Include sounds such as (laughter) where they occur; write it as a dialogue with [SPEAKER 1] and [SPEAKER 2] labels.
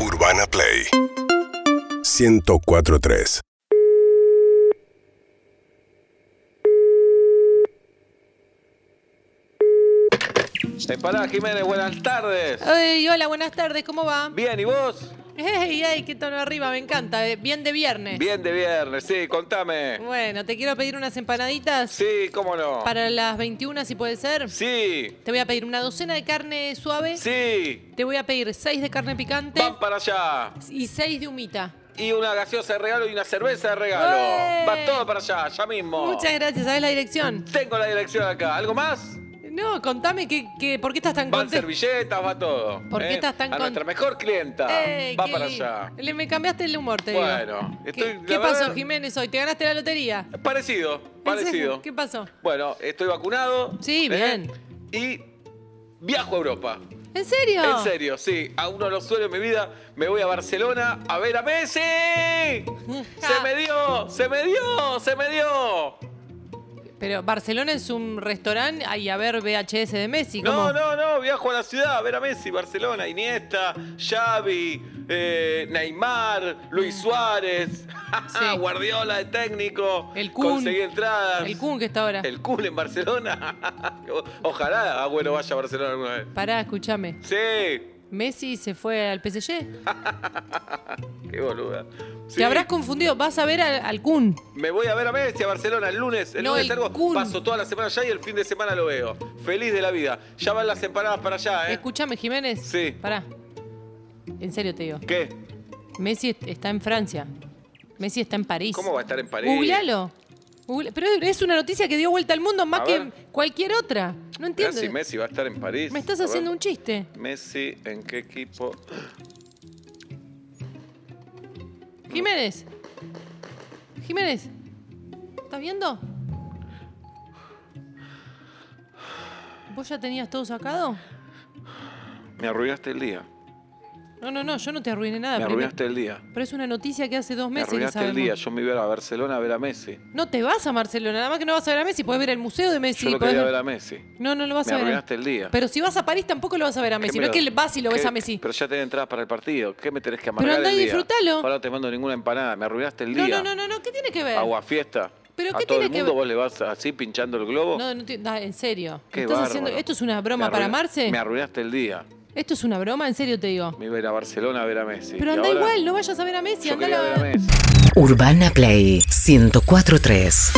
[SPEAKER 1] Urbana Play 1043
[SPEAKER 2] Pará, Jiménez, buenas tardes.
[SPEAKER 3] Ay, hola, buenas tardes, ¿cómo va?
[SPEAKER 2] Bien, ¿y vos?
[SPEAKER 3] Ey, ay, qué tono arriba, me encanta. eh, Bien de viernes.
[SPEAKER 2] Bien de viernes, sí, contame.
[SPEAKER 3] Bueno, te quiero pedir unas empanaditas
[SPEAKER 2] Sí, cómo no.
[SPEAKER 3] para las 21, si puede ser.
[SPEAKER 2] Sí,
[SPEAKER 3] Te voy a pedir una docena de carne suave.
[SPEAKER 2] sí,
[SPEAKER 3] Te voy a pedir seis de carne picante
[SPEAKER 2] van para allá.
[SPEAKER 3] y seis de humita.
[SPEAKER 2] Y una gaseosa de regalo y una cerveza de regalo.
[SPEAKER 3] ¡Ey!
[SPEAKER 2] Va todo para allá, ya mismo.
[SPEAKER 3] Muchas gracias, ¿sabes la dirección?
[SPEAKER 2] Tengo la dirección acá. ¿Algo más?
[SPEAKER 3] No, contame que, que- por qué estás tan
[SPEAKER 2] Van
[SPEAKER 3] contento.
[SPEAKER 2] servilletas, va todo. ¿eh?
[SPEAKER 3] ¿Por qué estás tan
[SPEAKER 2] A
[SPEAKER 3] con-
[SPEAKER 2] nuestra mejor clienta.
[SPEAKER 3] Ey,
[SPEAKER 2] va
[SPEAKER 3] Eh, qué
[SPEAKER 2] para
[SPEAKER 3] lindo.
[SPEAKER 2] allá.
[SPEAKER 3] Le me cambiaste el humor, te digo.
[SPEAKER 2] Bueno, estoy-
[SPEAKER 3] ¿Qué,
[SPEAKER 2] la
[SPEAKER 3] qué pasó,
[SPEAKER 2] verdad-
[SPEAKER 3] Jiménez, hoy? ¿Te ganaste la lotería?
[SPEAKER 2] Parecido, parecido.
[SPEAKER 3] ¿Qué pasó?
[SPEAKER 2] Bueno, estoy vacunado. ¿eh?
[SPEAKER 3] Sí, bien.
[SPEAKER 2] Y viajo a Europa.
[SPEAKER 3] ¿En serio?
[SPEAKER 2] En serio, sí. A uno de los sueños de mi vida me voy a Barcelona a ver a Messi.
[SPEAKER 3] Ah.
[SPEAKER 2] Se me dio, se me dio, se me dio.
[SPEAKER 3] Pero Barcelona es un restaurante ahí a ver VHS de Messi. ¿cómo?
[SPEAKER 2] No, no, no, viajo a la ciudad a ver a Messi, Barcelona, Iniesta, Xavi, eh, Neymar, Luis Suárez, (laughs)
[SPEAKER 3] Sí.
[SPEAKER 2] Guardiola de técnico.
[SPEAKER 3] El Kun.
[SPEAKER 2] Conseguí entradas.
[SPEAKER 3] El Kun que está ahora.
[SPEAKER 2] El Kun en Barcelona. (laughs) O- Ojalá, ah, bueno, vaya a Barcelona alguna vez.
[SPEAKER 3] Pará, escúchame.
[SPEAKER 2] Sí,
[SPEAKER 3] Messi se fue al PSG.
[SPEAKER 2] qué boluda. Sí.
[SPEAKER 3] Te habrás confundido. Vas a ver al, al Kun.
[SPEAKER 2] Me voy a ver a Messi a Barcelona el lunes. El
[SPEAKER 3] No,
[SPEAKER 2] lunes
[SPEAKER 3] el
[SPEAKER 2] salgo,
[SPEAKER 3] Kun.
[SPEAKER 2] paso toda la semana allá y el fin de semana lo veo. Feliz de la vida. Ya van las empanadas para allá, ¿eh?
[SPEAKER 3] Escúchame, Jiménez.
[SPEAKER 2] Sí.
[SPEAKER 3] Pará. En serio te digo.
[SPEAKER 2] ¿Qué?
[SPEAKER 3] Messi est- está en Francia. Messi está en París.
[SPEAKER 2] ¿Cómo va a estar en París?
[SPEAKER 3] Googlealo. Google- Pero es una noticia que dio vuelta al mundo más
[SPEAKER 2] A
[SPEAKER 3] que
[SPEAKER 2] ver.
[SPEAKER 3] cualquier otra. No entiendo.
[SPEAKER 2] Messi, Messi va a estar en París.
[SPEAKER 3] Me estás
[SPEAKER 2] A ver.
[SPEAKER 3] haciendo un chiste.
[SPEAKER 2] Messi, ¿en qué equipo?
[SPEAKER 3] Jiménez. Jiménez. ¿Estás viendo? ¿Vos ya tenías todo sacado?
[SPEAKER 2] Me arruinaste el
[SPEAKER 3] Ah,
[SPEAKER 2] día.
[SPEAKER 3] No, no, no, yo no te arruiné nada.
[SPEAKER 2] Me
[SPEAKER 3] pero-
[SPEAKER 2] arruinaste el día.
[SPEAKER 3] Pero es una noticia que hace dos
[SPEAKER 2] Me
[SPEAKER 3] meses que
[SPEAKER 2] arruinaste el
[SPEAKER 3] sabemos.
[SPEAKER 2] día. Yo me iba a Barcelona a ver a Messi.
[SPEAKER 3] No te vas a Barcelona, nada más que no vas a ver a Messi, puedes ver el museo de Messi.
[SPEAKER 2] Yo lo
[SPEAKER 3] podés
[SPEAKER 2] quería
[SPEAKER 3] ver-
[SPEAKER 2] ver a Messi.
[SPEAKER 3] No, no lo vas
[SPEAKER 2] Me
[SPEAKER 3] a ver.
[SPEAKER 2] arruinaste el día.
[SPEAKER 3] Pero si vas a París tampoco lo vas a ver a
[SPEAKER 2] ¿Qué
[SPEAKER 3] Messi.
[SPEAKER 2] me
[SPEAKER 3] No es
[SPEAKER 2] lo-
[SPEAKER 3] que vas y lo ves
[SPEAKER 2] qué-
[SPEAKER 3] a Messi.
[SPEAKER 2] Pero ya tenés entradas para el partido. ¿Qué me tenés que amargar
[SPEAKER 3] andá
[SPEAKER 2] el
[SPEAKER 3] y
[SPEAKER 2] día?
[SPEAKER 3] disfrutalo.
[SPEAKER 2] Ahora no te mando ninguna empanada. Me arruinaste el
[SPEAKER 3] no,
[SPEAKER 2] día.
[SPEAKER 3] no, no, no, no, ¿qué tiene que ver?
[SPEAKER 2] Agua fiesta.
[SPEAKER 3] ¿Pero
[SPEAKER 2] a
[SPEAKER 3] qué
[SPEAKER 2] todo
[SPEAKER 3] tiene
[SPEAKER 2] el
[SPEAKER 3] que
[SPEAKER 2] mundo
[SPEAKER 3] ver?
[SPEAKER 2] vos le vas así pinchando el globo.
[SPEAKER 3] No, no, te- da, en serio.
[SPEAKER 2] Qué
[SPEAKER 3] ¿Estás
[SPEAKER 2] bárbaro.
[SPEAKER 3] haciendo... ¿Esto es una
[SPEAKER 2] Me
[SPEAKER 3] broma
[SPEAKER 2] arruina-
[SPEAKER 3] para amarse?
[SPEAKER 2] Me arruinaste el día.
[SPEAKER 3] ¿Esto es una broma? En serio te digo.
[SPEAKER 2] Me iba a ir a Barcelona a ver a Messi.
[SPEAKER 3] Pero
[SPEAKER 2] Y
[SPEAKER 3] anda
[SPEAKER 2] ahora
[SPEAKER 3] igual, no vayas a ver a Messi,
[SPEAKER 2] Yo
[SPEAKER 3] anda
[SPEAKER 2] quería ver a Messi.
[SPEAKER 4] Urbana Play 1043.